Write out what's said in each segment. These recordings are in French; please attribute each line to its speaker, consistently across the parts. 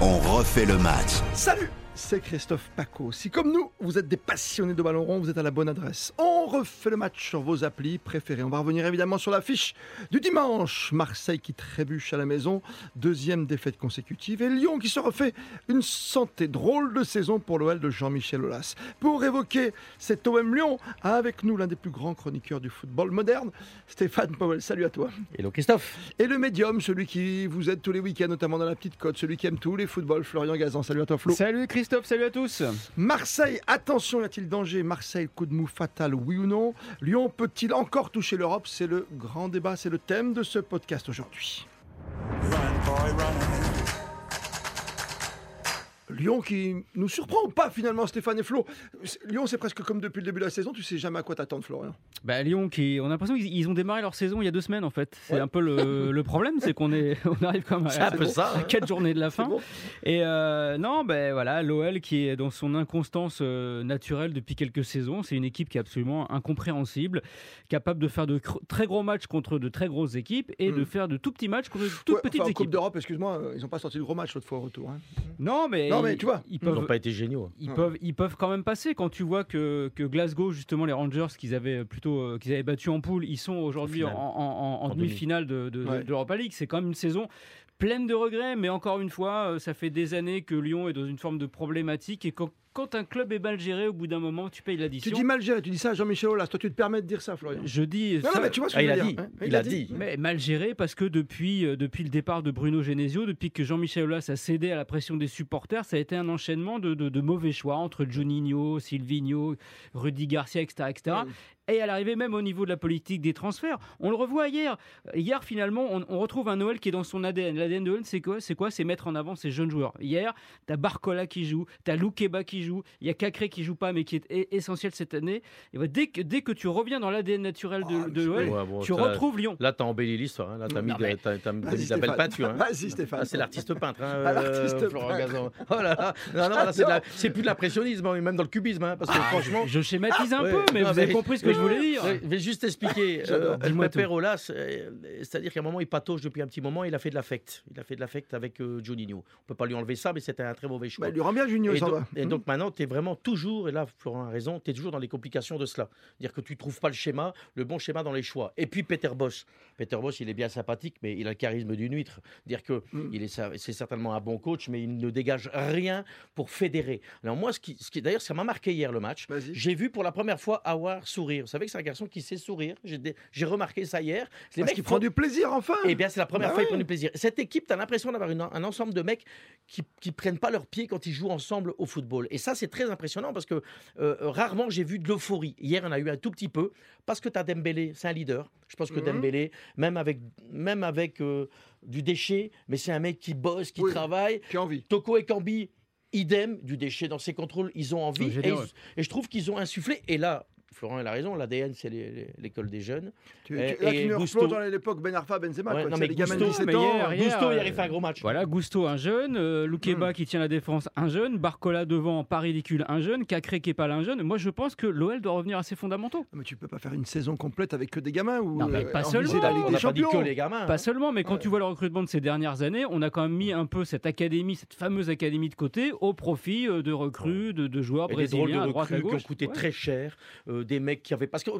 Speaker 1: On refait le match.
Speaker 2: Salut c'est Christophe Paco. Si comme nous, vous êtes des passionnés de ballon rond, vous êtes à la bonne adresse. On refait le match sur vos applis préférés. On va revenir évidemment sur l'affiche du dimanche. Marseille qui trébuche à la maison, deuxième défaite consécutive. Et Lyon qui se refait une santé drôle de saison pour l'OL de Jean-Michel Aulas. Pour évoquer cet OM Lyon, avec nous l'un des plus grands chroniqueurs du football moderne, Stéphane Powell. Salut à toi.
Speaker 3: Hello Christophe.
Speaker 2: Et le médium, celui qui vous aide tous les week-ends, notamment dans la petite côte, celui qui aime tous les footballs, Florian Gazan. Salut à toi Flo.
Speaker 4: Salut Christophe salut à tous.
Speaker 2: Marseille, attention, y a-t-il danger Marseille, coup de mou fatal, oui ou non Lyon peut-il encore toucher l'Europe C'est le grand débat, c'est le thème de ce podcast aujourd'hui. Lyon qui nous surprend ou pas finalement Stéphane et Flo Lyon c'est presque comme depuis le début de la saison, tu sais jamais à quoi t'attendre Florian.
Speaker 3: Bah, Lyon qui, on a l'impression qu'ils ont démarré leur saison il y a deux semaines en fait. C'est ouais. un peu le, le problème, c'est qu'on est, on arrive quand même à,
Speaker 2: un peu bon. ça,
Speaker 4: hein.
Speaker 3: à quatre journées de la fin. Bon. Et euh, non, ben bah, voilà, l'OL qui est dans son inconstance euh, naturelle depuis quelques saisons, c'est une équipe qui est absolument incompréhensible, capable de faire de très gros matchs contre de très grosses équipes et mmh. de faire de tout petits matchs contre de toutes
Speaker 2: Hmm. ouais,
Speaker 3: petites
Speaker 2: enfin, en
Speaker 3: équipes.
Speaker 2: Coupe d'Europe, excuse-moi, euh, ils n'ont pas sorti de gros matchs l'autre fois au retour. Hein.
Speaker 3: Non, mais
Speaker 2: non, non mais tu vois,
Speaker 3: ils n'ont
Speaker 4: pas été géniaux.
Speaker 3: Ils ouais. peuvent, ils peuvent quand même passer quand tu vois que, que Glasgow justement les Rangers qu'ils avaient plutôt euh, qu'ils avaient battu en poule, ils sont aujourd'hui en, en, en, en demi-finale de, de, ouais. de l'Europa League. C'est quand même une saison pleine de regrets, mais encore une fois, euh, ça fait des années que Lyon est dans une forme de problématique et quand, quand un club est mal géré, au bout d'un moment, tu payes l'addition.
Speaker 2: Tu dis mal géré, tu dis ça à Jean-Michel Aulas, toi tu te permets de dire ça, Florian
Speaker 3: Je dis.
Speaker 2: Non, ça, non mais tu vois ce que
Speaker 4: ah, il,
Speaker 2: je
Speaker 4: a
Speaker 2: dire,
Speaker 4: dit, hein, il, il a dit. il, a dit.
Speaker 3: Mais mal géré parce que depuis, euh, depuis le départ de Bruno Genesio, depuis que Jean-Michel Aulas a cédé à la pression des supporters, ça a été un enchaînement de, de, de mauvais choix entre Juninho, Silvino, Rudy Garcia, etc. etc. Oui et à l'arrivée même au niveau de la politique des transferts. On le revoit hier. Hier, finalement, on, on retrouve un Noël qui est dans son ADN. L'ADN de Noël, c'est quoi C'est quoi C'est mettre en avant ces jeunes joueurs. Hier, t'as Barcola qui joue, t'as Loukeba qui joue, il y a Cacré qui joue pas, mais qui est e, essentiel cette année. Et bah, dès, que, dès que tu reviens dans l'ADN naturel de, oh, de Noël, ouais, bon, tu retrouves Lyon.
Speaker 4: Là, t'as embelli l'histoire. Hein. Là, t'as mis, de, t as, t as mis de la belle peinture. Hein.
Speaker 2: Vas-y, Stéphane.
Speaker 4: c'est l'artiste peintre. Hein, ah, l'artiste euh, Florent Gazan. Oh là là. Non, non, là c'est plus de l'impressionnisme, hein, même dans le cubisme. parce que ah, franchement.
Speaker 3: Je, je schématise un ah, peu, mais non, vous mais, avez compris ce que je voulais dire.
Speaker 4: Je vais juste expliquer. euh, le père Olas, c'est-à-dire qu'à un moment, il patauge depuis un petit moment, il a fait de l'affect. Il a fait de l'affect avec euh, Juninho. On peut pas lui enlever ça, mais c'était un très mauvais choix.
Speaker 2: Bah, il lui rend bien Juninho,
Speaker 4: et
Speaker 2: ça
Speaker 4: donc,
Speaker 2: va.
Speaker 4: Et donc maintenant, tu es vraiment toujours, et là, Florent a raison, tu es toujours dans les complications de cela. C'est-à-dire que tu trouves pas le schéma, le bon schéma dans les choix. Et puis Peter Boss. Peter Boss, il est bien sympathique, mais il a le charisme d'une huître. Dire que
Speaker 2: Hmm.
Speaker 4: mm. il est, c'est certainement un bon coach, mais il ne dégage rien pour fédérer. Alors moi, ce qui, ce qui d'ailleurs, ça m'a marqué hier le match. J'ai vu pour la première fois Awar sourire. Vous savez que c'est un garçon qui sait sourire. J'ai remarqué ça hier.
Speaker 2: Les Parce qu'il prend du plaisir enfin.
Speaker 4: Eh bien, c'est la première bah fois qu'il ouais. prend du plaisir. Cette équipe, tu as l'impression d'avoir un ensemble de mecs qui ne prennent pas leurs pieds quand ils jouent ensemble au football. Et ça, c'est très impressionnant parce que euh, rarement j'ai vu de l'euphorie. Hier, on a eu un tout petit peu parce que tu as Dembélé, c'est un leader. Je pense que mmh. Dembélé, même avec, même avec euh, du déchet, mais c'est un mec qui bosse, qui oui, travaille.
Speaker 2: Qui a envie.
Speaker 4: Toko et Cambi, idem, du déchet dans ses contrôles, ils ont envie. Et, et je trouve qu'ils ont insufflé. Et là, Florent a raison, l'ADN c'est l'école des jeunes.
Speaker 2: Tu, et, tu, là, et tu Gusto... dans l'époque Ben Arfa, Benzema.
Speaker 4: Ouais,
Speaker 2: quoi,
Speaker 4: non, mais les Gusto, gamins de 17 ans, hier, hier, Gusto, il arrive à un gros match.
Speaker 3: Voilà, Gusto, un jeune. Euh, Loukeba mm. qui tient la défense, un jeune. Barcola devant, pas ridicule, un jeune. Cacré qui est pas un jeune. Moi, je pense que l'OL doit revenir à ses fondamentaux.
Speaker 2: Mais tu peux pas faire une saison complète avec que des gamins ou
Speaker 3: non, mais pas euh, seulement.
Speaker 4: On a pas dit que les gamins.
Speaker 3: Pas hein. seulement, mais quand ouais. tu vois le recrutement de ces dernières années, on a quand même mis un peu cette académie, cette fameuse académie de côté, au profit euh, de recrues, de, de joueurs
Speaker 4: et
Speaker 3: brésiliens,
Speaker 4: des
Speaker 3: droite à
Speaker 4: gauche. qui ont coûté très cher euh, des mecs qui avaient. Parce que,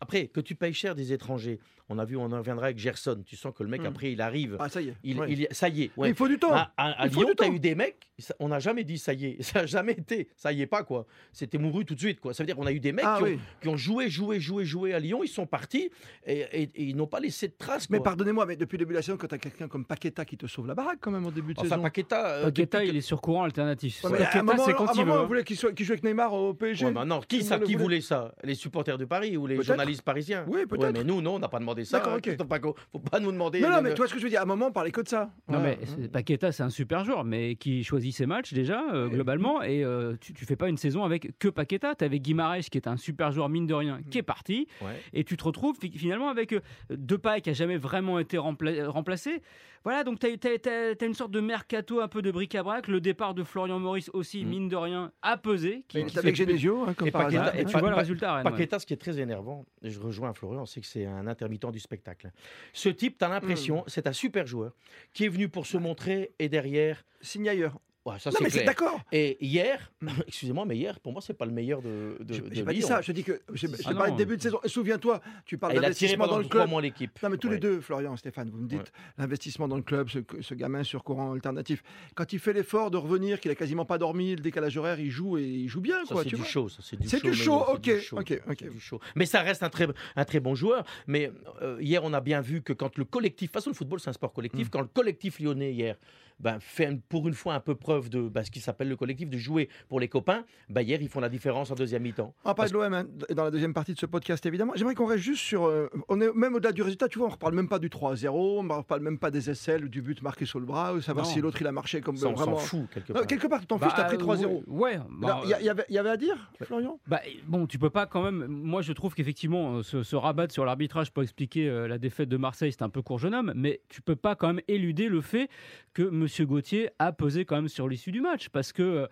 Speaker 4: après, que tu payes cher des étrangers, on a vu, on en reviendra avec Gerson. Tu sens que le
Speaker 3: Mm.
Speaker 4: mec, mmh. après, il arrive.
Speaker 2: Ah, ça y est.
Speaker 4: Il, ouais. il ça y est. Ouais.
Speaker 2: Il faut du temps.
Speaker 4: À, à, à Lyon, tu as eu des mecs, on n'a jamais dit ça y est. Ça n'a jamais été. Ça y est pas, quoi. C'était mouru tout de suite, quoi. Ça veut dire qu'on a eu des mecs ah, qui, oui. ont, qui, ont, joué, joué, joué, joué à Lyon. Ils sont partis et, et, et ils n'ont pas laissé de traces.
Speaker 2: Mais pardonnez-moi, mais depuis le début de la saison, quand tu as quelqu'un comme Paqueta qui te sauve la baraque, quand même, au début de
Speaker 4: enfin,
Speaker 2: saison.
Speaker 4: Paqueta, euh,
Speaker 3: Paqueta depuis... il est sur courant alternatif.
Speaker 2: Ouais, mais Paqueta, c'est quand il
Speaker 3: hein.
Speaker 2: veut. voulait qu'il joue avec Neymar au PSG.
Speaker 4: Bah non, qui ça Qui voulait ça Les supporters de Paris ou les journalistes parisiens
Speaker 2: Oui, peut-être. Ouais,
Speaker 4: mais nous, non, on n'a pas demandé ça.
Speaker 2: D'accord, ok.
Speaker 4: Paco, faut pas nous demander.
Speaker 2: Non, non, mais tu vois ce que je veux dire. À un moment, on parlait que de ça.
Speaker 3: Non, ouais. mais Paqueta, c'est un super joueur, mais qui choisit ses matchs déjà, euh, globalement. Et euh, tu, tu fais pas une saison avec que Paqueta. Tu avais Guimarães, qui est un super joueur, mine de rien, qui est parti. Ouais. Et tu te retrouves finalement avec euh, Depay, qui a jamais vraiment été rempla remplacé. Voilà, donc tu as, as, as, as, une sorte de mercato un peu de bric-à-brac. Le départ de Florian Maurice aussi, mine de rien, a pesé.
Speaker 2: Qui, qui avec Genesio, hein, comme
Speaker 4: et
Speaker 2: par
Speaker 4: Paqueta,
Speaker 2: hasard.
Speaker 4: Et
Speaker 3: tu Bah, vois le résultat.
Speaker 4: Paqueta, ce qui est très énervant, et je rejoins Florian, c'est que c'est un intermittent du spectacle. Ce type, tu as l'impression,
Speaker 2: Hmm.
Speaker 4: c'est un super joueur qui est venu pour se montrer et derrière.
Speaker 2: Signe ailleurs.
Speaker 4: Ouais, ça,
Speaker 2: non,
Speaker 4: c'est
Speaker 2: mais c'est
Speaker 4: clair.
Speaker 2: d'accord. Hmm.
Speaker 4: Et hier, excusez-moi, mais hier, pour moi, c'est pas le meilleur de. de
Speaker 2: J'ai
Speaker 4: de
Speaker 2: j'ai pas dit
Speaker 4: Lyon.
Speaker 2: ça. Je dis que j'ai
Speaker 4: Ah
Speaker 2: j'ai
Speaker 3: non.
Speaker 2: parlé de début de saison. Et Souviens-toi, tu
Speaker 4: Ah,
Speaker 2: parles
Speaker 4: il a tiré
Speaker 2: d'investissement dans
Speaker 4: pendant
Speaker 2: le
Speaker 4: trois
Speaker 2: club.
Speaker 4: mois l'équipe.
Speaker 2: Non, mais tous
Speaker 4: Ouais.
Speaker 2: les deux, Florian, Stéphane, vous me dites
Speaker 4: Ouais.
Speaker 2: l'investissement dans le club, ce, ce gamin sur courant alternatif. Quand il fait l'effort de revenir, qu'il a quasiment pas dormi, le décalage horaire, il joue et il joue bien,
Speaker 4: Ça,
Speaker 2: quoi.
Speaker 4: c'est
Speaker 2: tu
Speaker 4: du
Speaker 2: vois.
Speaker 4: show, ça, c'est du
Speaker 2: C'est
Speaker 4: show.
Speaker 2: du
Speaker 4: mais
Speaker 2: show,
Speaker 4: c'est
Speaker 2: ok,
Speaker 4: du show,
Speaker 2: ok, ok.
Speaker 4: c'est du show. Mais ça reste un très, un très bon joueur. Mais euh, hier, on a bien vu que quand le collectif, de toute façon, le football, c'est un sport collectif.
Speaker 2: Mm.
Speaker 4: Quand le collectif lyonnais, hier, ben, fait un- pour une fois un peu preuve de ben, ce qui s'appelle le collectif, de jouer pour les copains, ben, hier, ils font la différence en deuxième mi-temps.
Speaker 2: On va parler de l'OM hein, d- dans la deuxième partie de ce podcast, évidemment. J'aimerais qu'on reste juste sur. euh, on est même au-delà du résultat, tu vois, on ne reparle même pas du 3-0, on ne reparle même pas des aisselles ou du but marqué sur le bras, ou savoir
Speaker 3: Non.
Speaker 2: si l'autre il a marché comme
Speaker 4: Ça, on
Speaker 2: Ben, vraiment.
Speaker 4: s'en fout, Bah, quelque
Speaker 2: Non,
Speaker 4: part.
Speaker 2: quelque part, tu t'en fiches, t'as pris 3-0.
Speaker 3: Ouais. bah,
Speaker 2: Alors, Il y, a-
Speaker 4: euh,
Speaker 2: il y avait- il y avait à dire, Florian
Speaker 3: Bah, bon, tu peux pas quand même. Moi, je trouve qu'effectivement, euh, se, se rabattre sur l'arbitrage pour expliquer euh, la défaite de Marseille, c'est un peu court jeune homme, mais tu peux pas quand même éluder le fait que Monsieur Gauthier a pesé quand même sur l'issue du match, parce que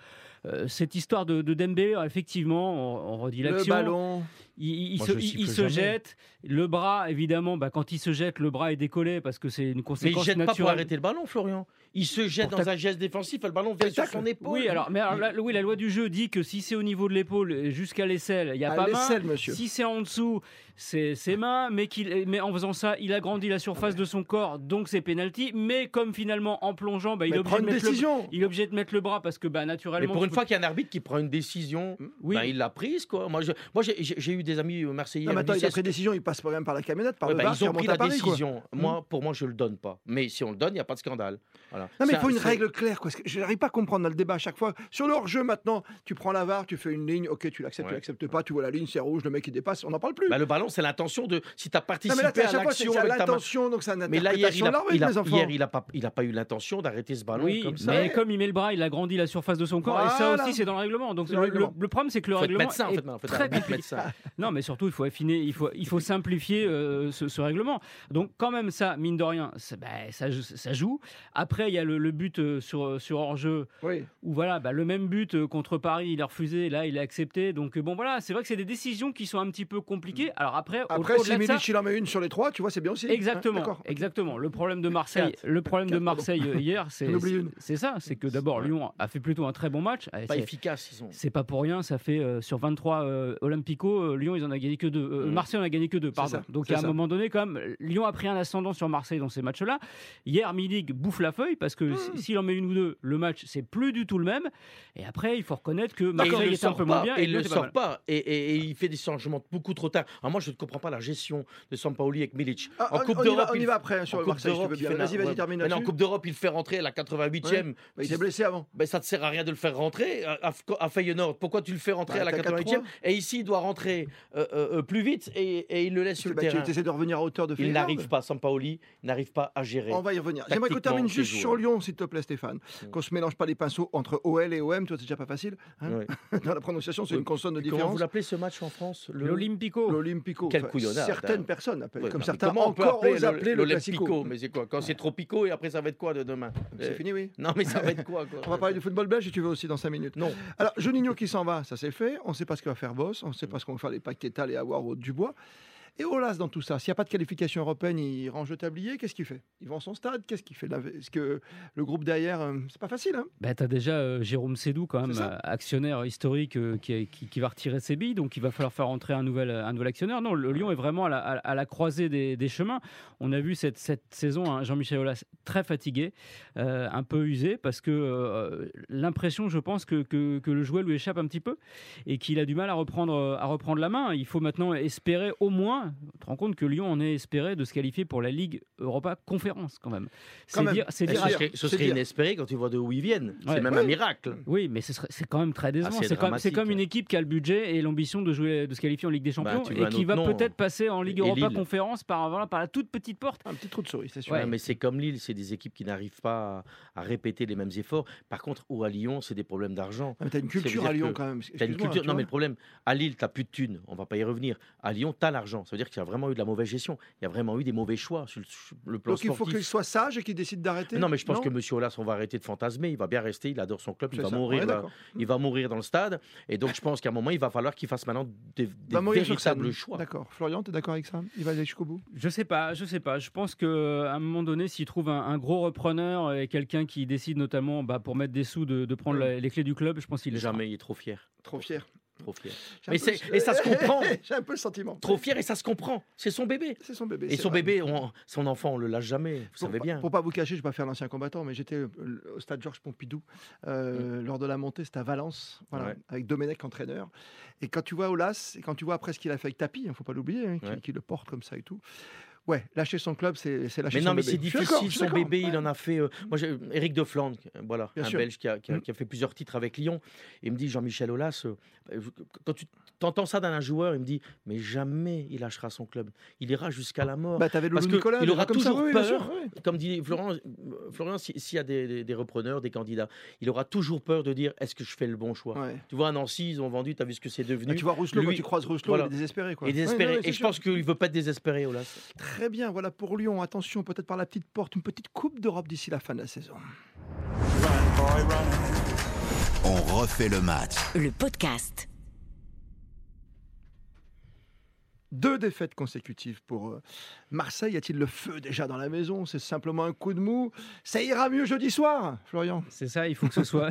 Speaker 3: euh, cette histoire de, de Dembélé, alors, effectivement, on, on redit
Speaker 2: Le
Speaker 3: l'action.
Speaker 2: ballon.
Speaker 3: Il, il- il
Speaker 4: Moi,
Speaker 3: se,
Speaker 4: je le
Speaker 3: il-
Speaker 4: siffle
Speaker 3: il se
Speaker 4: jamais.
Speaker 3: jette, le bras, évidemment, bah, quand il se jette, le bras est décollé parce que c'est une
Speaker 4: Mais ils ne
Speaker 3: conséquence
Speaker 4: jettent pas pour
Speaker 3: naturelle.
Speaker 4: arrêter le ballon, Florian. Ils se jettent
Speaker 3: Pour
Speaker 4: dans un geste défensif, et le ballon vient sur
Speaker 2: Tacle.
Speaker 4: son épaule.
Speaker 3: Oui, alors, mais alors, la, oui, la loi du jeu dit que si c'est au niveau de l'épaule et jusqu'à l'aisselle, il n'y a
Speaker 2: À
Speaker 3: pas main.
Speaker 2: l'aisselle, monsieur.
Speaker 3: Si c'est en dessous, c'est ses mains, mais, qu'il- mais en faisant ça, il agrandit la surface de son corps, donc c'est pénalty. Mais comme finalement, en plongeant, bah, il, est
Speaker 2: Mais prends
Speaker 3: obligé de
Speaker 2: une
Speaker 3: mettre le,
Speaker 2: décision.
Speaker 3: il est obligé de mettre le bras parce que bah,
Speaker 4: Mais
Speaker 3: naturellement.
Speaker 4: pour
Speaker 3: tu
Speaker 4: une
Speaker 3: peux-
Speaker 4: fois qu'il y a un arbitre qui prend une décision,
Speaker 3: Oui,
Speaker 4: ben, il l'a prise. Quoi. Moi, je- moi, j'ai- j'ai j'ai eu des amis marseillais.
Speaker 2: Non, mais attends, il a
Speaker 4: Ulysse,
Speaker 2: pris décision, il passe quand même par la camionnette, par
Speaker 4: Ouais,
Speaker 2: le
Speaker 4: bah,
Speaker 2: bar,
Speaker 4: ils
Speaker 2: il
Speaker 4: ont pris
Speaker 2: remonte
Speaker 4: la
Speaker 2: à Paris, quoi. Hmm.
Speaker 4: décision. Moi, pour moi, je le donne pas. Mais si on le donne, il n'y a pas de scandale. Voilà.
Speaker 2: Non, mais il
Speaker 4: Ça,
Speaker 2: faut une
Speaker 4: c'est-
Speaker 2: règle claire. Quoi. Parce que je n'arrive pas à comprendre dans le débat à chaque fois. Sur le hors-jeu, maintenant, tu prends la VAR, tu fais une ligne, ok, tu l'acceptes, tu
Speaker 4: Ouais.
Speaker 2: l'acceptes pas, tu vois la ligne, c'est rouge, le mec il dépasse, on n'en parle plus.
Speaker 4: Bah, le ballon, c'est l'intention de. Si tu as
Speaker 2: non,
Speaker 4: participé
Speaker 2: mais là, c'est à
Speaker 4: à
Speaker 2: chaque fois, c'est
Speaker 4: l'action
Speaker 2: c'est à
Speaker 4: avec ta main.
Speaker 2: l'intention, donc c'est un
Speaker 4: Mais là, hier, il
Speaker 2: interprétation de
Speaker 4: n'a
Speaker 2: l'arbitre, mes enfants.
Speaker 4: pas, il a pas eu l'intention d'arrêter ce ballon
Speaker 3: oui,
Speaker 4: comme ça.
Speaker 3: mais comme il met le bras, il agrandit la surface de son corps, et ça
Speaker 2: Voilà.
Speaker 3: aussi, c'est dans le règlement. Donc
Speaker 2: C'est
Speaker 3: le,
Speaker 2: dans le règlement.
Speaker 3: le- le problème, c'est que le
Speaker 4: Faut être
Speaker 3: règlement.
Speaker 4: médecin, en
Speaker 3: est
Speaker 4: fait, maintenant. Faut être
Speaker 3: très
Speaker 4: arbitre
Speaker 3: compliqué.
Speaker 4: médecin.
Speaker 3: Non, mais surtout, il faut affiner, il faut, il faut simplifier euh, ce, ce règlement. Donc, quand même, ça, mine de rien, ça, bah, ça, jou- ça joue. Après, il y a le, le but euh, sur, sur hors-jeu,
Speaker 2: Oui.
Speaker 3: où voilà, bah, le même but euh, contre Paris, il a refusé, là, il a accepté. Donc, euh, bon, voilà, c'est vrai que c'est des décisions qui sont un petit peu compliquées. Alors, après, au-
Speaker 2: Mm. Après,
Speaker 3: au-delà
Speaker 2: si
Speaker 3: de ça-
Speaker 2: Milic, il en met une sur les trois, tu vois, c'est bien aussi. Hein,
Speaker 3: Exactement,
Speaker 2: d'accord.
Speaker 3: exactement. Le problème de Marseille,
Speaker 4: Quatre.
Speaker 3: le problème de
Speaker 2: Quatre, pardon.
Speaker 3: Marseille euh, hier, c'est
Speaker 2: J'en oublie une. Bah,
Speaker 3: c'est ça, c'est que d'abord Lyon a fait plutôt un très bon match. Eh,
Speaker 4: Pas
Speaker 3: c'est-
Speaker 4: efficace, ils ont.
Speaker 3: c'est pas pour rien, ça fait euh, sur 23 euh, Olympico, euh, Lyon, ils en a gagné que deux. Euh,
Speaker 4: Mm.
Speaker 3: Marseille en a gagné que deux, pardon.
Speaker 2: ça,
Speaker 3: Donc
Speaker 2: c'est
Speaker 3: à un
Speaker 2: ça.
Speaker 3: moment donné, quand même, Lyon a pris un ascendant sur Marseille dans ces matchs-là. Hier, Milig bouffe la feuille parce
Speaker 4: Mm.
Speaker 3: que si- s'il en met une ou deux, le match, c'est plus du tout le même. Et après, il faut reconnaître que
Speaker 4: Et il
Speaker 3: Marseille
Speaker 4: le
Speaker 3: est un
Speaker 4: sort
Speaker 3: peu
Speaker 4: pas,
Speaker 3: moins bien.
Speaker 4: et il
Speaker 3: Lyon
Speaker 4: le
Speaker 3: était pas
Speaker 4: sort
Speaker 3: mal.
Speaker 4: pas. Et, et- et il fait des changements beaucoup trop tard. Alors moi, je ne comprends pas la gestion de Sampaoli avec Milic.
Speaker 2: Ah,
Speaker 4: en
Speaker 2: on-
Speaker 4: Coupe
Speaker 2: on, y
Speaker 4: d'Europe,
Speaker 2: va, on y
Speaker 4: il-
Speaker 2: va après hein, sur
Speaker 4: en
Speaker 2: le
Speaker 4: Coupe
Speaker 2: Marseille, je te
Speaker 4: d'Europe,
Speaker 2: veux
Speaker 4: il
Speaker 2: bien.
Speaker 4: fait la-
Speaker 2: Vas-y, vas-y,
Speaker 4: ouais.
Speaker 2: termine
Speaker 4: Mais non,
Speaker 2: là
Speaker 4: En Coupe d'Europe, il le fait rentrer à la 88e.
Speaker 2: Il s'est blessé avant.
Speaker 4: Ben, ça ne sert à rien de le faire rentrer à, à- à Feyenoord. Pourquoi tu le fais rentrer
Speaker 2: Bah,
Speaker 4: à la
Speaker 2: t'as
Speaker 4: 88e
Speaker 2: 4-3.
Speaker 4: Et ici, il doit rentrer euh, euh, euh, plus vite et, et il le laisse sur le
Speaker 2: Bah, Tu
Speaker 4: terrain.
Speaker 2: essaies de revenir à hauteur de
Speaker 4: Il
Speaker 2: Feyenoord.
Speaker 4: n'arrive pas, Sampaoli n'arrive pas à gérer.
Speaker 2: On va y revenir. J'aimerais qu'on
Speaker 4: Tactiquement,
Speaker 2: termine
Speaker 4: c'est
Speaker 2: juste
Speaker 4: joué.
Speaker 2: sur Lyon, s'il te plaît, Stéphane.
Speaker 4: Mm.
Speaker 2: Qu'on se mélange pas les pinceaux entre OL et OM, tu vois, c'est déjà pas facile. hein.
Speaker 4: Ouais.
Speaker 2: Dans la prononciation, c'est
Speaker 4: Oui.
Speaker 2: une consonne de
Speaker 4: Comment vous
Speaker 2: différence.
Speaker 4: l'appelez ce match en France le-
Speaker 3: L'Olympico.
Speaker 2: L'Olympico.
Speaker 4: Quel couillonnade,
Speaker 2: certaines
Speaker 4: hein.
Speaker 2: personnes appellent,
Speaker 4: Ouais,
Speaker 2: comme
Speaker 4: non, mais
Speaker 2: certains
Speaker 4: comment on peut
Speaker 2: encore osent
Speaker 4: le-
Speaker 2: appeler le,
Speaker 4: l'Olympico
Speaker 2: classico.
Speaker 4: Mais c'est quoi Quand c'est trop picot et après, ça va être quoi de demain
Speaker 2: C'est
Speaker 4: Euh,
Speaker 2: fini, oui.
Speaker 4: Non, mais ça va être quoi, quoi
Speaker 2: On va parler du football belge si tu veux aussi dans 5 minutes.
Speaker 4: Non.
Speaker 2: Alors, Juninho qui s'en va, ça c'est fait. On ne sait pas ce que va faire Boss. On ne sait pas ce qu'on va faire les Paquetal et avoir au Dubois. Et Olas dans tout ça, s'il n'y a pas de qualification européenne, il range le tablier. Qu'est-ce qu'il fait Il vend son stade. Qu'est-ce qu'il fait Là, Est-ce que le groupe derrière, euh, c'est pas facile hein
Speaker 3: Bah, tu as déjà euh, Jérôme Sédou, quand même,
Speaker 2: C'est ça.
Speaker 3: euh, actionnaire historique euh, qui, est- qui- qui va retirer ses billes, donc il va falloir faire entrer un nouvel, un nouvel actionnaire. Non, le Lyon est vraiment à la, à- à la croisée des, des chemins. On a vu cette, cette saison un Jean-Michel Aulas très fatigué, euh, un peu usé, parce que euh, l'impression, je pense, que, que- que le jouet lui échappe un petit peu et qu'il a du mal à reprendre, à reprendre la main. Il faut maintenant espérer au moins, tu te rends compte que Lyon en est espéré de se qualifier pour la Ligue Europa Conférence quand même.
Speaker 2: Quand
Speaker 3: C'est
Speaker 2: même.
Speaker 3: dire, c'est
Speaker 4: Eh,
Speaker 3: dire
Speaker 4: ce
Speaker 3: à
Speaker 2: C'est
Speaker 4: serait, ce
Speaker 2: dire.
Speaker 4: serait inespéré quand tu vois de où ils viennent.
Speaker 3: Ouais.
Speaker 4: C'est même
Speaker 2: Ouais.
Speaker 4: un miracle.
Speaker 3: Oui, mais ce serait- c'est quand même très décevant.
Speaker 4: Ah, c'est
Speaker 3: c'est comme, c'est
Speaker 4: dramatique. Bah,
Speaker 3: comme une équipe qui a le budget et l'ambition de jouer, de se qualifier en Ligue des Champions
Speaker 4: tu veux
Speaker 3: et
Speaker 4: un
Speaker 3: qui
Speaker 4: autre
Speaker 3: va
Speaker 4: nom. hein.
Speaker 3: peut-être passer en Ligue
Speaker 4: Et
Speaker 3: Europa
Speaker 4: Lille.
Speaker 3: Conférence par, voilà, par la toute petite porte.
Speaker 2: Un petit trou de souris, c'est sûr.
Speaker 3: Ouais.
Speaker 4: Ouais, mais c'est comme Lille, c'est des équipes qui n'arrivent pas à, à répéter les mêmes efforts. Par contre, ou à Lyon, c'est des problèmes d'argent.
Speaker 2: Ah, mais T'as une culture
Speaker 4: veut
Speaker 2: à
Speaker 4: dire
Speaker 2: Lyon
Speaker 4: que
Speaker 2: quand même.
Speaker 4: T'as une
Speaker 2: Excuse-moi,
Speaker 4: culture.
Speaker 2: tu
Speaker 4: Non,
Speaker 2: vois.
Speaker 4: mais le problème, à Lille, t'as plus de thunes. On va pas y revenir. À Lyon, t'as l'argent. Ça veut dire qu'il y a vraiment eu de la mauvaise gestion. Il y a vraiment eu des mauvais choix sur le, sur le plan
Speaker 2: Donc il faut
Speaker 4: sportif.
Speaker 2: qu'il soit sage et qu'il décide d'arrêter.
Speaker 4: Non, mais je pense que M. Olas, on va arrêter de fantasmer. Il va bien rester. Il adore son club. Il va mourir. là. il va mourir dans le stade. Et donc, je pense qu'à un moment, il va falloir qu'il fasse maintenant des, des
Speaker 2: Bah,
Speaker 4: véritables choix.
Speaker 2: D'accord. Florian, t'es d'accord avec ça Il va aller jusqu'au bout.
Speaker 3: Je sais pas, je sais pas. Je pense que à un moment donné, s'il trouve un, un gros repreneur et quelqu'un qui décide notamment bah, pour mettre des sous de, de prendre la- les clés du club, je pense qu'il est
Speaker 4: Jamais, il est trop fier.
Speaker 2: Trop fier.
Speaker 4: Trop fier.
Speaker 2: J'ai un
Speaker 4: Mais
Speaker 2: peu le-
Speaker 4: c'est- et ça se comprend.
Speaker 2: J'ai un peu le sentiment.
Speaker 4: Trop fier et ça se comprend. C'est son bébé.
Speaker 2: C'est son bébé.
Speaker 4: Et
Speaker 2: c'est
Speaker 4: son
Speaker 2: vrai.
Speaker 4: bébé, on- son enfant, on le lâche jamais. Vous
Speaker 2: Pour
Speaker 4: savez
Speaker 2: pas-
Speaker 4: bien.
Speaker 2: Pour pas vous cacher, je vais pas faire l'ancien combattant, mais j'étais euh, le- au stade Georges Pompidou euh, lors de la montée, c'était à Valence, voilà,
Speaker 4: Mm. Ouais.
Speaker 2: avec Domenech entraîneur. Et quand tu vois Olas, et quand tu vois après ce qu'il a fait avec Tapi, il faut pas l'oublier, hein, qui,
Speaker 4: Ouais.
Speaker 2: qui le porte comme ça et tout. Ouais, lâcher son club, c'est c'est lâcher
Speaker 4: Mais
Speaker 2: son
Speaker 4: non, mais
Speaker 2: bébé.
Speaker 4: c'est
Speaker 2: Je suis d'accord,
Speaker 4: difficile.
Speaker 2: je suis
Speaker 4: Son
Speaker 2: d'accord.
Speaker 4: bébé, il en a fait. euh, moi, j'ai- Eric de Flandre, euh, voilà,
Speaker 2: Bien
Speaker 4: un
Speaker 2: sûr.
Speaker 4: Belge qui a, qui a-
Speaker 2: Mm.
Speaker 4: qui a fait plusieurs titres avec Lyon. Il me dit, Jean-Michel Aulas, euh, euh, quand tu entends ça d'un joueur, il me dit, mais jamais il lâchera son club. Il ira jusqu'à la mort.
Speaker 2: Bah, t'avais Loulou
Speaker 4: Parce que
Speaker 2: Nicolas,
Speaker 4: il
Speaker 2: des
Speaker 4: aura
Speaker 2: gens comme ça,
Speaker 4: toujours
Speaker 2: oui, bien
Speaker 4: peur.
Speaker 2: sûr, oui.
Speaker 4: Comme dit Florent, euh, Florian, si- s'il y a des, des- des repreneurs, des candidats, il aura toujours peur de dire, est-ce que je fais le bon choix
Speaker 2: Ouais.
Speaker 4: Tu vois, à Nancy, ils ont vendu, tu as vu ce que c'est devenu.
Speaker 2: Ah, tu vois Rousselot, quand
Speaker 4: lui-
Speaker 2: tu croises Rousselot,
Speaker 4: voilà.
Speaker 2: il est désespéré. Quoi.
Speaker 4: Et, désespéré.
Speaker 2: Ouais, non, mais
Speaker 4: et
Speaker 2: c'est
Speaker 4: je
Speaker 2: sûr.
Speaker 4: pense qu'il ne veut pas être désespéré, Aulas.
Speaker 2: Très bien, voilà pour Lyon. Attention, peut-être par la petite porte, une petite coupe d'Europe d'ici la fin de la saison.
Speaker 1: On refait le match.
Speaker 5: le podcast.
Speaker 2: Deux défaites consécutives pour euh, Marseille. Y a-t-il le feu déjà dans la maison C'est simplement un coup de mou. Ça ira mieux jeudi soir, Florian.
Speaker 3: C'est ça, il faut que ce soit.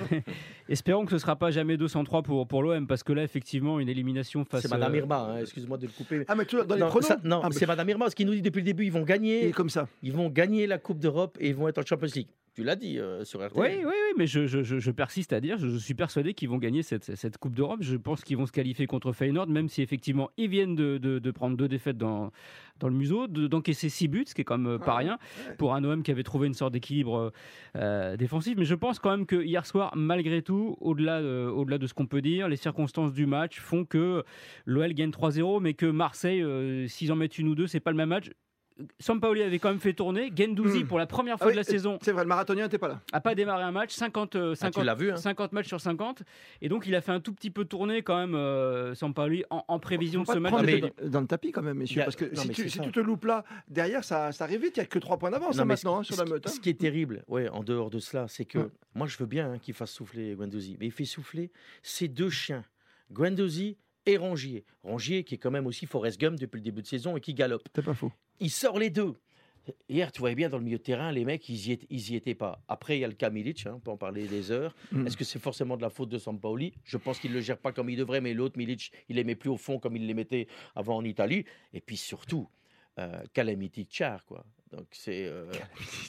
Speaker 3: Espérons que ce ne sera pas jamais 203 pour, pour l'OM, parce que là, effectivement, une élimination face
Speaker 4: C'est Madame
Speaker 3: euh,
Speaker 4: Irma, hein, excuse-moi de le couper.
Speaker 2: Ah, mais tu vois, dans les
Speaker 4: non,
Speaker 2: pronos
Speaker 4: ça- non,
Speaker 2: Ah, mais
Speaker 4: c'est Madame Irma, ce qu'il nous dit depuis le début, ils vont
Speaker 2: Il est
Speaker 4: gagner,
Speaker 2: comme ça.
Speaker 4: ils vont gagner la Coupe d'Europe et ils vont être en Champions League. Tu l'as dit euh, sur RTL.
Speaker 3: Oui, oui, oui, mais je, je- je- je persiste à dire, je, je suis persuadé qu'ils vont gagner cette, cette Coupe d'Europe. Je pense qu'ils vont se qualifier contre Feyenoord, même si effectivement ils viennent de, de- de prendre deux défaites dans, dans le museau, de- d'encaisser six buts, ce qui est quand même euh, pas
Speaker 2: Ouais,
Speaker 3: rien,
Speaker 2: ouais.
Speaker 3: pour un OM qui avait trouvé une sorte d'équilibre euh, euh, défensif. Mais je pense quand même que hier soir, malgré tout, au-delà de, au-delà de ce qu'on peut dire, les circonstances du match font que l'OL gagne 3-0, mais que Marseille, euh, s'ils en mettent une ou deux, c'est pas le même match. Sampaoli avait quand même fait tourner. Gendouzi,
Speaker 2: Hmm.
Speaker 3: pour la première
Speaker 2: Ah
Speaker 3: fois
Speaker 2: oui,
Speaker 3: de la
Speaker 2: euh,
Speaker 3: saison,
Speaker 2: C'est vrai, le marathonien n'était pas là.
Speaker 3: a pas démarré un match, 50, euh,
Speaker 4: Ah,
Speaker 3: 50,
Speaker 4: tu l'as vu. hein.
Speaker 3: 50 matchs sur 50. Et donc, il a fait un tout petit peu tourner quand même, euh, Sampaoli, en, en prévision
Speaker 2: Faut pas
Speaker 3: de ce
Speaker 2: te
Speaker 3: match.
Speaker 2: prendre
Speaker 4: Ah, mais-
Speaker 2: dans, dans le tapis quand même,
Speaker 4: Il y
Speaker 2: messieurs.
Speaker 4: a-
Speaker 2: Parce que
Speaker 4: non,
Speaker 2: si,
Speaker 4: mais
Speaker 2: tu,
Speaker 4: c'est
Speaker 2: si
Speaker 4: ça.
Speaker 2: tu te loupes là, derrière, ça, ça arrive vite. Il n'y a que 3 points d'avance
Speaker 4: Non,
Speaker 2: hein,
Speaker 4: mais ce-
Speaker 2: maintenant hein, sur
Speaker 4: ce
Speaker 2: la
Speaker 4: qui-
Speaker 2: meute. hein. Hum.
Speaker 4: Ce qui est terrible, ouais, en dehors de cela, c'est que
Speaker 2: Ouais.
Speaker 4: moi je veux bien hein, qu'il fasse souffler Guendouzi, mais il fait souffler ces deux chiens, Guendouzi et Rongier. Rongier qui est quand même aussi Forrest Gump depuis le début de saison et qui galope.
Speaker 2: C'est pas faux.
Speaker 4: Il sort les deux. Hier, tu voyais bien dans le milieu de terrain, les mecs, ils y, étaient- ils y étaient pas. Après, il y a le cas Milic, hein, on peut en parler des heures.
Speaker 2: Mm.
Speaker 4: Est-ce que c'est forcément de la faute de Sampaoli Je pense qu'il le gère pas comme il devrait, mais l'autre, Milic, il les met plus au fond comme il les mettait avant en Italie. Et puis surtout, euh, Calamity Char, quoi. Donc c'est euh,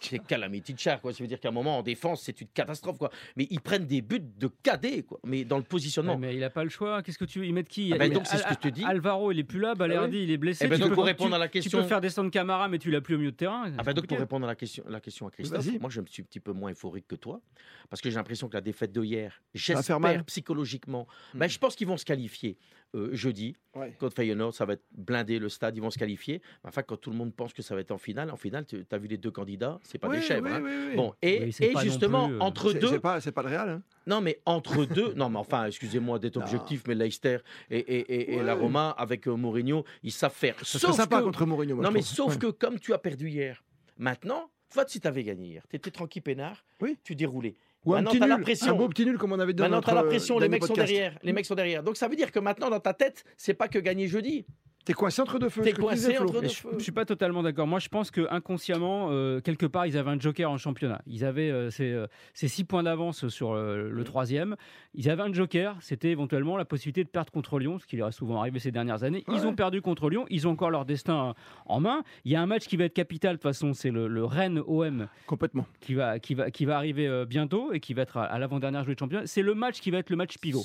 Speaker 4: c'est Calamity Char, quoi. Ça veut dire qu'à un moment, en défense, c'est une catastrophe, quoi. Mais ils prennent des buts de cadet, quoi. Mais dans le
Speaker 3: Ouais,
Speaker 4: positionnement.
Speaker 3: mais il a pas le choix. Qu'est-ce que tu ils mettent qui
Speaker 4: Ah ben
Speaker 3: Il-
Speaker 4: donc, c'est ce
Speaker 3: Al-
Speaker 4: que je te dis.
Speaker 3: Alvaro, il est plus là. Balerdi, il est blessé.
Speaker 4: Eh ben,
Speaker 3: tu,
Speaker 4: donc,
Speaker 3: peux,
Speaker 4: pour
Speaker 3: tu-
Speaker 4: répondre à la
Speaker 3: tu
Speaker 4: question.
Speaker 3: peux faire descendre Camara, mais tu l'as plus au milieu de terrain.
Speaker 4: Ah bah
Speaker 3: C'est
Speaker 4: donc pour
Speaker 3: compliqué.
Speaker 4: répondre à la question, la question à Christophe,
Speaker 2: Vas-y.
Speaker 4: moi je me suis un petit peu moins euphorique que toi, parce que j'ai l'impression que la défaite de hier,
Speaker 2: va faire mal. Hmm.
Speaker 4: j'espère psychologiquement, ben, je pense qu'ils vont se qualifier euh, jeudi
Speaker 2: Ouais.
Speaker 4: contre Feyenoord, ça va être blindé le stade, ils vont se qualifier. Mais Enfin quand tout le monde pense que ça va être en finale, en finale tu as vu les deux candidats, c'est pas des
Speaker 2: Oui,
Speaker 4: chèvres.
Speaker 2: oui,
Speaker 4: hein.
Speaker 2: oui, oui.
Speaker 4: Bon et,
Speaker 3: Oui, c'est
Speaker 4: et
Speaker 3: pas non
Speaker 4: justement
Speaker 3: plus, euh,
Speaker 4: entre
Speaker 2: C'est-
Speaker 4: deux,
Speaker 2: C'est pas, c'est pas le Real. hein.
Speaker 4: non mais entre deux, non mais enfin excusez-moi d'être
Speaker 2: Non.
Speaker 4: objectif, mais Leicester et, et, et- et
Speaker 2: Ouais.
Speaker 4: la Roma avec euh, Mourinho, ils savent faire.
Speaker 2: Ce serait
Speaker 4: Sauf
Speaker 2: sympa
Speaker 4: que-
Speaker 2: contre Mourinho. moi,
Speaker 4: non,
Speaker 2: je
Speaker 4: mais
Speaker 2: trouve.
Speaker 4: sauf
Speaker 2: Ouais.
Speaker 4: que comme tu as perdu hier, maintenant, toi, si tu avais gagné hier, tu étais tranquille, peinard,
Speaker 2: Oui.
Speaker 4: tu déroulais.
Speaker 2: Ou un
Speaker 4: maintenant,
Speaker 2: petit
Speaker 4: t'as la
Speaker 2: nul,
Speaker 4: pression.
Speaker 2: Un beau petit nul comme on avait dit dans
Speaker 4: Maintenant, tu as la
Speaker 2: notre, euh,
Speaker 4: pression, les
Speaker 2: dernier
Speaker 4: mecs sont
Speaker 2: podcast. Mm.
Speaker 4: derrière. Les mecs sont derrière. Donc, ça veut dire que maintenant, dans ta tête, c'est pas que gagner jeudi.
Speaker 2: T'es coincé entre deux feux.
Speaker 4: T'es
Speaker 2: ce que tu
Speaker 4: coincé
Speaker 2: disais, Flo.
Speaker 4: entre deux
Speaker 3: Mais
Speaker 4: de
Speaker 3: je,
Speaker 4: feu.
Speaker 3: je suis pas totalement d'accord. Moi, je pense que inconsciemment, euh, quelque part, ils avaient un joker en championnat. Ils avaient euh, ces, euh, ces six points d'avance sur euh, le troisième. Ils avaient un joker. C'était éventuellement la possibilité de perdre contre Lyon, ce qui leur est souvent arrivé ces dernières années. Ils
Speaker 2: Ouais.
Speaker 3: ont perdu contre Lyon. Ils ont encore leur destin euh, en main. Il y a un match qui va être capital. De toute façon, c'est le, le Rennes OM
Speaker 2: Complètement.
Speaker 3: qui va, qui va, qui va arriver euh, bientôt et qui va être à, à l'avant-dernière jouée de championnat. C'est le match qui va être le match pivot.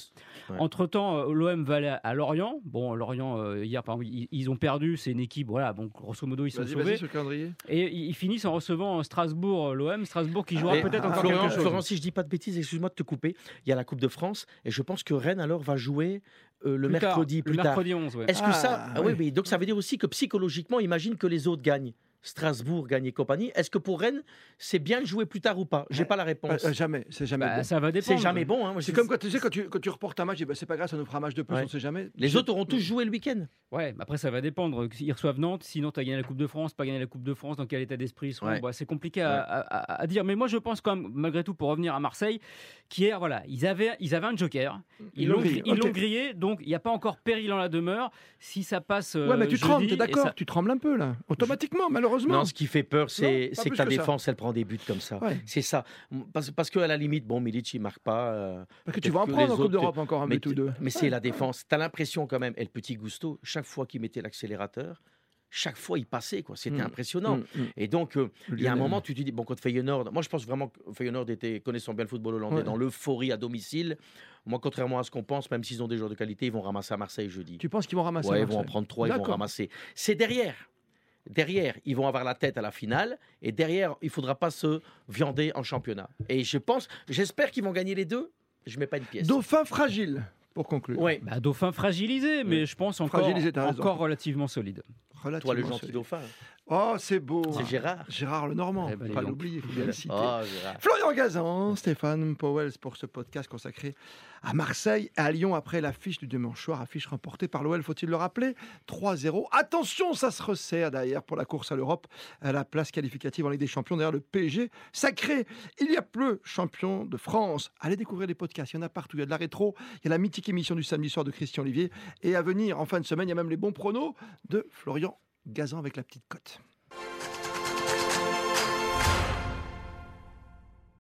Speaker 4: Ouais.
Speaker 3: Entre-temps, euh, l'OM va aller à- à Lorient. Bon, Lorient, euh, hier, par exemple, ils, ils ont perdu. C'est une équipe, voilà, bon, grosso modo, ils sont
Speaker 2: Vas-y, vas-y,
Speaker 3: sauvés.
Speaker 2: sur le calendrier.
Speaker 3: Et ils ils finissent en recevant euh, Strasbourg, euh, l'OM. Strasbourg qui jouera
Speaker 4: Et
Speaker 3: peut-être
Speaker 2: ah,
Speaker 3: encore
Speaker 4: Florent,
Speaker 3: quelque chose.
Speaker 4: Florent, si je dis pas de bêtises, excuse-moi de te couper, il y a la Coupe de France et je pense que Rennes, alors, va jouer euh, le
Speaker 3: Plus tard,
Speaker 4: mercredi plus
Speaker 3: le
Speaker 4: tard.
Speaker 3: mercredi 11, ouais.
Speaker 4: Est-ce
Speaker 2: Ah,
Speaker 4: que ça. Ah oui,
Speaker 2: ouais.
Speaker 4: mais donc ça veut dire aussi que psychologiquement, imagine que les autres gagnent. Strasbourg gagne et compagnie. Est-ce que pour Rennes, c'est bien de jouer plus tard ou pas J'ai
Speaker 2: Ouais.
Speaker 4: pas la réponse.
Speaker 2: Euh, euh, jamais, c'est jamais.
Speaker 3: Bah,
Speaker 2: bon.
Speaker 3: ça va dépendre.
Speaker 4: c'est jamais bon. hein, moi,
Speaker 2: C'est
Speaker 4: je-
Speaker 2: comme quand tu sais quand tu, quand tu reportes un match, eh ben, c'est pas grave, ça nous fera un match de plus,
Speaker 4: Ouais.
Speaker 2: on sait jamais.
Speaker 4: Les autres auront tous joué le week-end.
Speaker 3: Ouais, mais après ça va dépendre. Ils reçoivent Nantes, sinon tu as gagné la Coupe de France, pas gagné la Coupe de France, dans quel état d'esprit ils seront.
Speaker 4: Ouais.
Speaker 3: Bah, c'est compliqué à, à- à- à dire. Mais moi je pense quand même, malgré tout, pour revenir à Marseille, qu'hier, voilà, ils avaient, ils avaient un joker. Ils l'ont
Speaker 2: grillé,
Speaker 3: ils
Speaker 2: ok.
Speaker 3: l'ont grillé, donc il n'y a pas encore péril en la demeure. Si ça passe. euh,
Speaker 2: Ouais, mais tu
Speaker 3: jeudi,
Speaker 2: trembles, t'es
Speaker 3: et
Speaker 2: d'accord
Speaker 3: ça-
Speaker 2: Tu trembles un peu là, automatiquement, malheureusement.
Speaker 4: Non, ce qui fait peur, c'est
Speaker 2: Non, pas
Speaker 4: c'est que
Speaker 2: plus
Speaker 4: ta
Speaker 2: que ça.
Speaker 4: défense, elle prend des buts comme ça.
Speaker 2: Ouais.
Speaker 4: C'est ça. Parce, parce qu'à la limite, bon, Milic, il marque pas. euh,
Speaker 2: Parce que tu vas en
Speaker 4: peut-être que
Speaker 2: prendre en
Speaker 4: les
Speaker 2: Coupe
Speaker 4: autres-
Speaker 2: d'Europe encore un
Speaker 4: mais
Speaker 2: but ou
Speaker 4: t-
Speaker 2: deux.
Speaker 4: mais c'est la défense. T'as l'impression quand même, et le petit Gusto, chaque fois qu'il mettait l'accélérateur, chaque fois il passait, quoi. C'était
Speaker 2: Mm.
Speaker 4: impressionnant.
Speaker 2: Mm, mm.
Speaker 4: Et donc, euh, il y a un
Speaker 2: Lionel.
Speaker 4: moment, tu te dis, bon, contre Feyenoord, moi je pense vraiment que Feyenoord était, connaissant bien le football hollandais,
Speaker 2: Ouais.
Speaker 4: dans l'euphorie à domicile. Moi, contrairement à ce qu'on pense, même s'ils ont des joueurs de qualité, ils vont ramasser à Marseille jeudi.
Speaker 2: Tu penses qu'ils vont ramasser
Speaker 4: Ouais, ils
Speaker 2: Marseille
Speaker 4: vont en prendre trois, ils vont
Speaker 2: D'accord.
Speaker 4: ramasser. C'est derrière. Derrière, ils vont avoir la tête à la finale. Et derrière, il faudra pas se viander en championnat. Et je pense, j'espère qu'ils vont gagner les deux. Je mets pas une pièce.
Speaker 2: Dauphin fragile, pour conclure.
Speaker 4: Ouais.
Speaker 3: Bah, dauphin fragilisé, mais je pense encore,
Speaker 2: Fragilisé, t'as raison.
Speaker 3: encore relativement solide.
Speaker 2: Relativement
Speaker 4: Toi, le gentil
Speaker 2: solide.
Speaker 4: dauphin. hein.
Speaker 2: Oh, c'est beau.
Speaker 4: C'est Gérard.
Speaker 2: Gérard Lenormand,
Speaker 3: Eh ben,
Speaker 2: faut
Speaker 3: dis
Speaker 2: pas
Speaker 3: donc.
Speaker 2: l'oublier, faut bien le citer.
Speaker 4: Oh, Gérard.
Speaker 2: Florian Gazan, Stéphane Powells pour ce podcast consacré à Marseille et à Lyon après l'affiche du dimanche soir, affiche remportée par l'OL, faut-il le rappeler 3-0. Attention, ça se resserre derrière pour la course à l'Europe, à la place qualificative en Ligue des Champions derrière le PSG. Sacré, il y a plus champion de France. Allez découvrir les podcasts, il y en a partout, il y a de la rétro, il y a la mythique émission du samedi soir de Christian Olivier et à venir en fin de semaine, il y a même les bons pronos de Florian Gazan avec la petite cote.